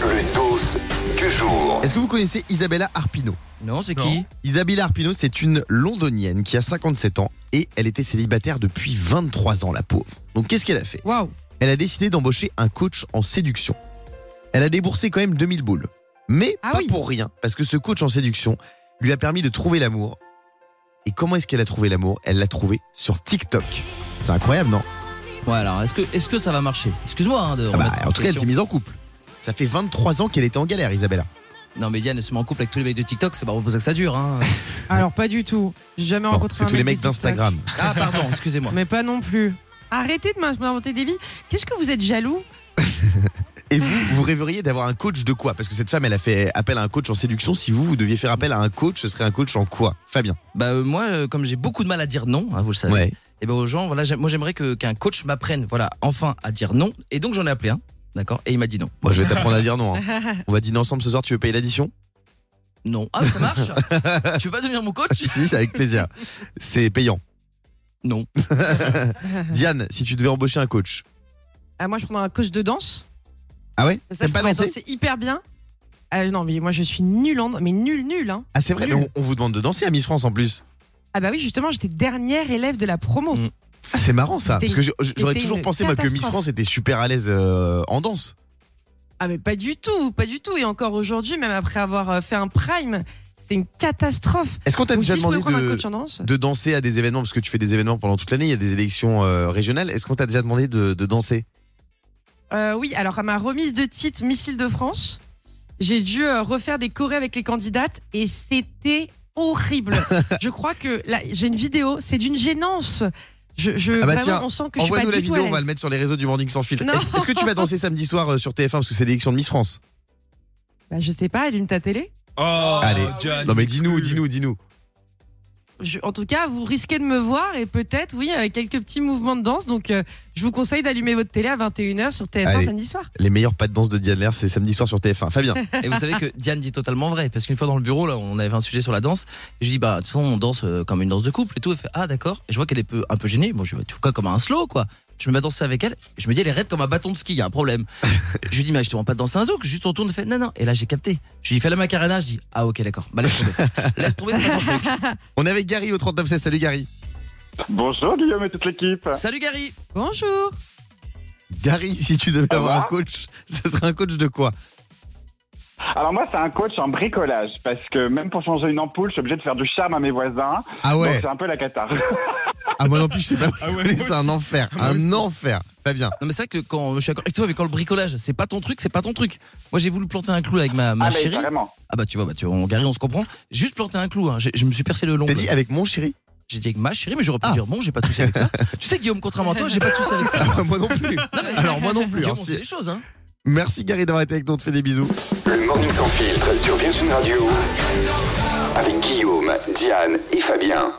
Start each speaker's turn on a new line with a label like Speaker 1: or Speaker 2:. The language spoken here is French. Speaker 1: Le dos du jour.
Speaker 2: Est-ce que vous connaissez Isabella Arpino
Speaker 3: Non, c'est
Speaker 4: Non.
Speaker 3: qui
Speaker 2: Isabella Arpino, c'est une londonienne qui a 57 ans et elle était célibataire depuis 23 ans, la pauvre. Donc qu'est-ce qu'elle a fait
Speaker 3: Waouh
Speaker 2: Elle a décidé d'embaucher un coach en séduction. Elle a déboursé quand même 2000 boules. Mais
Speaker 3: Ah
Speaker 2: pas
Speaker 3: oui.
Speaker 2: pour rien, parce que ce coach en séduction lui a permis de trouver l'amour. Et comment est-ce qu'elle a trouvé l'amour Elle l'a trouvé sur TikTok. C'est incroyable, non
Speaker 3: Ouais, alors, est-ce que, est-ce que ça va marcher Excuse-moi hein, de
Speaker 2: Ah bah,
Speaker 3: remettre
Speaker 2: En tout cas, elle
Speaker 3: question.
Speaker 2: s'est mise en couple. Ça fait 23 ans qu'elle était en galère, Isabella.
Speaker 3: Non, mais Diane, elle se met en couple avec tous les mecs de TikTok, c'est pas pour ça que ça dure. Hein.
Speaker 5: Alors pas du tout. J'ai jamais
Speaker 2: Non,
Speaker 5: rencontré
Speaker 2: C'est
Speaker 5: un
Speaker 2: tous les mecs
Speaker 5: de TikTok.
Speaker 2: d'Instagram. hein.
Speaker 3: Ah, pardon, excusez-moi.
Speaker 5: Mais pas non plus. Arrêtez de m'inventer des vies. Qu'est-ce que vous êtes jaloux
Speaker 2: Et vous, vous rêveriez d'avoir un coach de quoi Parce que cette femme, elle a fait appel à un coach en séduction. Si vous, vous deviez faire appel à un coach, ce serait un coach en quoi Fabien
Speaker 3: Bah, euh, moi, euh, comme j'ai beaucoup de mal à dire non, hein, vous le savez, et ben aux gens, voilà, j'aime- moi j'aimerais que, qu'un coach m'apprenne, voilà, enfin à dire non. Et donc j'en ai appelé un, d'accord Et il m'a dit non.
Speaker 2: Moi, je vais t'apprendre à dire non. hein. On va dîner ensemble ce soir, tu veux payer l'addition
Speaker 3: Non. Ah, ça marche Tu veux pas devenir mon coach
Speaker 2: Si, c'est avec plaisir. C'est payant.
Speaker 3: Non.
Speaker 2: Diane, si tu devais embaucher un coach,
Speaker 5: Ah, moi je prends un coach de danse.
Speaker 2: ah ouais
Speaker 5: Comme Ça,
Speaker 2: T'aimes
Speaker 5: je
Speaker 2: pas
Speaker 5: pourrais
Speaker 2: danser
Speaker 5: danser hyper bien. Ah non mais moi je suis nulle en mais nulle nulle hein.
Speaker 2: Ah, c'est vrai, mais on,
Speaker 5: Nul.
Speaker 2: on vous demande de danser à Miss France en plus.
Speaker 5: Ah bah oui justement j'étais dernière élève de la promo.
Speaker 3: Mm.
Speaker 2: Ah, c'est marrant ça.
Speaker 5: C'était
Speaker 2: Parce que je- j'aurais
Speaker 5: c'était
Speaker 2: toujours
Speaker 5: une
Speaker 2: pensé, moi, que Miss
Speaker 5: catastrophe.
Speaker 2: France était super à l'aise euh, en danse.
Speaker 5: Ah mais pas du tout, pas du tout et encore aujourd'hui même après avoir euh, fait un prime, c'est une catastrophe.
Speaker 2: Est-ce qu'on t'a
Speaker 5: Donc,
Speaker 2: déjà
Speaker 5: si je pouvais
Speaker 2: demandé
Speaker 5: prendre un
Speaker 2: de,
Speaker 5: coach en danse
Speaker 2: de danser à des événements Parce que tu fais des événements pendant toute l'année, il y a des élections euh, régionales. Est-ce qu'on t'a déjà demandé de- de danser
Speaker 5: Euh, oui, alors à ma remise de titre Miss de France, j'ai dû euh, refaire des chorés avec les candidates et c'était horrible. je crois que là, j'ai une vidéo, c'est d'une gênance. Je, je-
Speaker 2: Ah bah
Speaker 5: vraiment,
Speaker 2: tiens,
Speaker 5: on sent que je suis pas
Speaker 2: Envoie-nous la
Speaker 5: du tout
Speaker 2: vidéo,
Speaker 5: à
Speaker 2: on va le
Speaker 5: l'aise.
Speaker 2: mettre sur les réseaux du Morning Sans Filtre.
Speaker 5: Non.
Speaker 2: Est-ce est-ce que tu vas danser samedi soir euh, sur TF1 parce que c'est l'élection de Miss France
Speaker 5: Bah, je sais pas, allume ta télé.
Speaker 4: Oh,
Speaker 2: Allez.
Speaker 4: John,
Speaker 2: Non mais dis-nous,
Speaker 4: exclu.
Speaker 2: dis-nous, dis-nous.
Speaker 5: Je- en tout cas, vous risquez de me voir et peut-être, oui, avec quelques petits mouvements de danse. Donc, euh, je vous conseille d'allumer votre télé à 21h sur TF1
Speaker 2: Allez.
Speaker 5: samedi soir.
Speaker 2: Les meilleurs pas de danse de Diane Lair, c'est samedi soir sur TF1. Fabien,
Speaker 3: Et vous savez que Diane dit totalement vrai, parce qu'une fois dans le bureau, là, on avait un sujet sur la danse. Et je dis, bah, de toute façon, on danse euh, comme une danse de couple et tout. Elle fait, ah, d'accord. Et je vois qu'elle est peu- un peu gênée. Bon, je dis, bah, tu fais quoi, comme un slow, quoi. Je me mets à danser avec elle. Et je me dis, elle est raide comme un bâton de ski, il y a un problème. je lui dis, mais je te demande pas de danser un zouk. Juste on tourne, elle fait, non, non. Et là, j'ai capté. Je lui dis, fais la macarena. Je dis, ah, ok, d'accord. Bah, laisse tomber. laisse tomber, c'est pas ton truc.
Speaker 2: on est avec Gary au 3916. Salut Gary.
Speaker 6: Bonjour Guillaume et toute l'équipe.
Speaker 3: Salut, Gary.
Speaker 5: Bonjour.
Speaker 2: Gary, si tu devais avoir un
Speaker 6: revoir.
Speaker 2: coach, ce serait un coach de quoi
Speaker 6: Alors moi c'est un coach en bricolage parce que même pour changer une ampoule, je suis obligé de faire du charme à mes voisins.
Speaker 2: Ah
Speaker 6: Donc
Speaker 2: ouais,
Speaker 6: c'est un peu la cata.
Speaker 2: ah moi non plus, je sais pas.
Speaker 4: Ah ouais,
Speaker 2: mais
Speaker 4: moi
Speaker 2: c'est un
Speaker 4: aussi.
Speaker 2: enfer,
Speaker 4: Moi
Speaker 2: un
Speaker 4: aussi.
Speaker 2: enfer. Fabien,
Speaker 3: Non, mais c'est vrai que quand je suis d'accord avec toi, mais quand le bricolage, c'est pas ton truc, c'est pas ton truc. Moi, j'ai voulu planter un clou avec ma, ma
Speaker 6: ah mais
Speaker 3: chérie.
Speaker 6: vraiment.
Speaker 3: Ah, bah, tu vois, bah, tu vois, on, Gary, on se comprend. Juste planter un clou, hein. J'ai- Je me suis percé le long.
Speaker 2: t'as dit avec mon chéri
Speaker 3: J'ai dit avec ma chérie, mais j'aurais pu
Speaker 2: Ah.
Speaker 3: dire bon, j'ai pas de souci avec ça. tu sais, Guillaume, contrairement à toi, j'ai pas de souci avec ça.
Speaker 2: Ah, Moi non plus. Alors moi non plus.
Speaker 3: Guillaume,
Speaker 2: hein,
Speaker 3: on
Speaker 2: si-
Speaker 3: sait les choses, hein.
Speaker 2: Merci Gary d'avoir été avec nous, on te fait des bisous.
Speaker 1: Le Morning Sans Filtre sur Virgin Radio. Avec Guillaume, Diane et Fabien.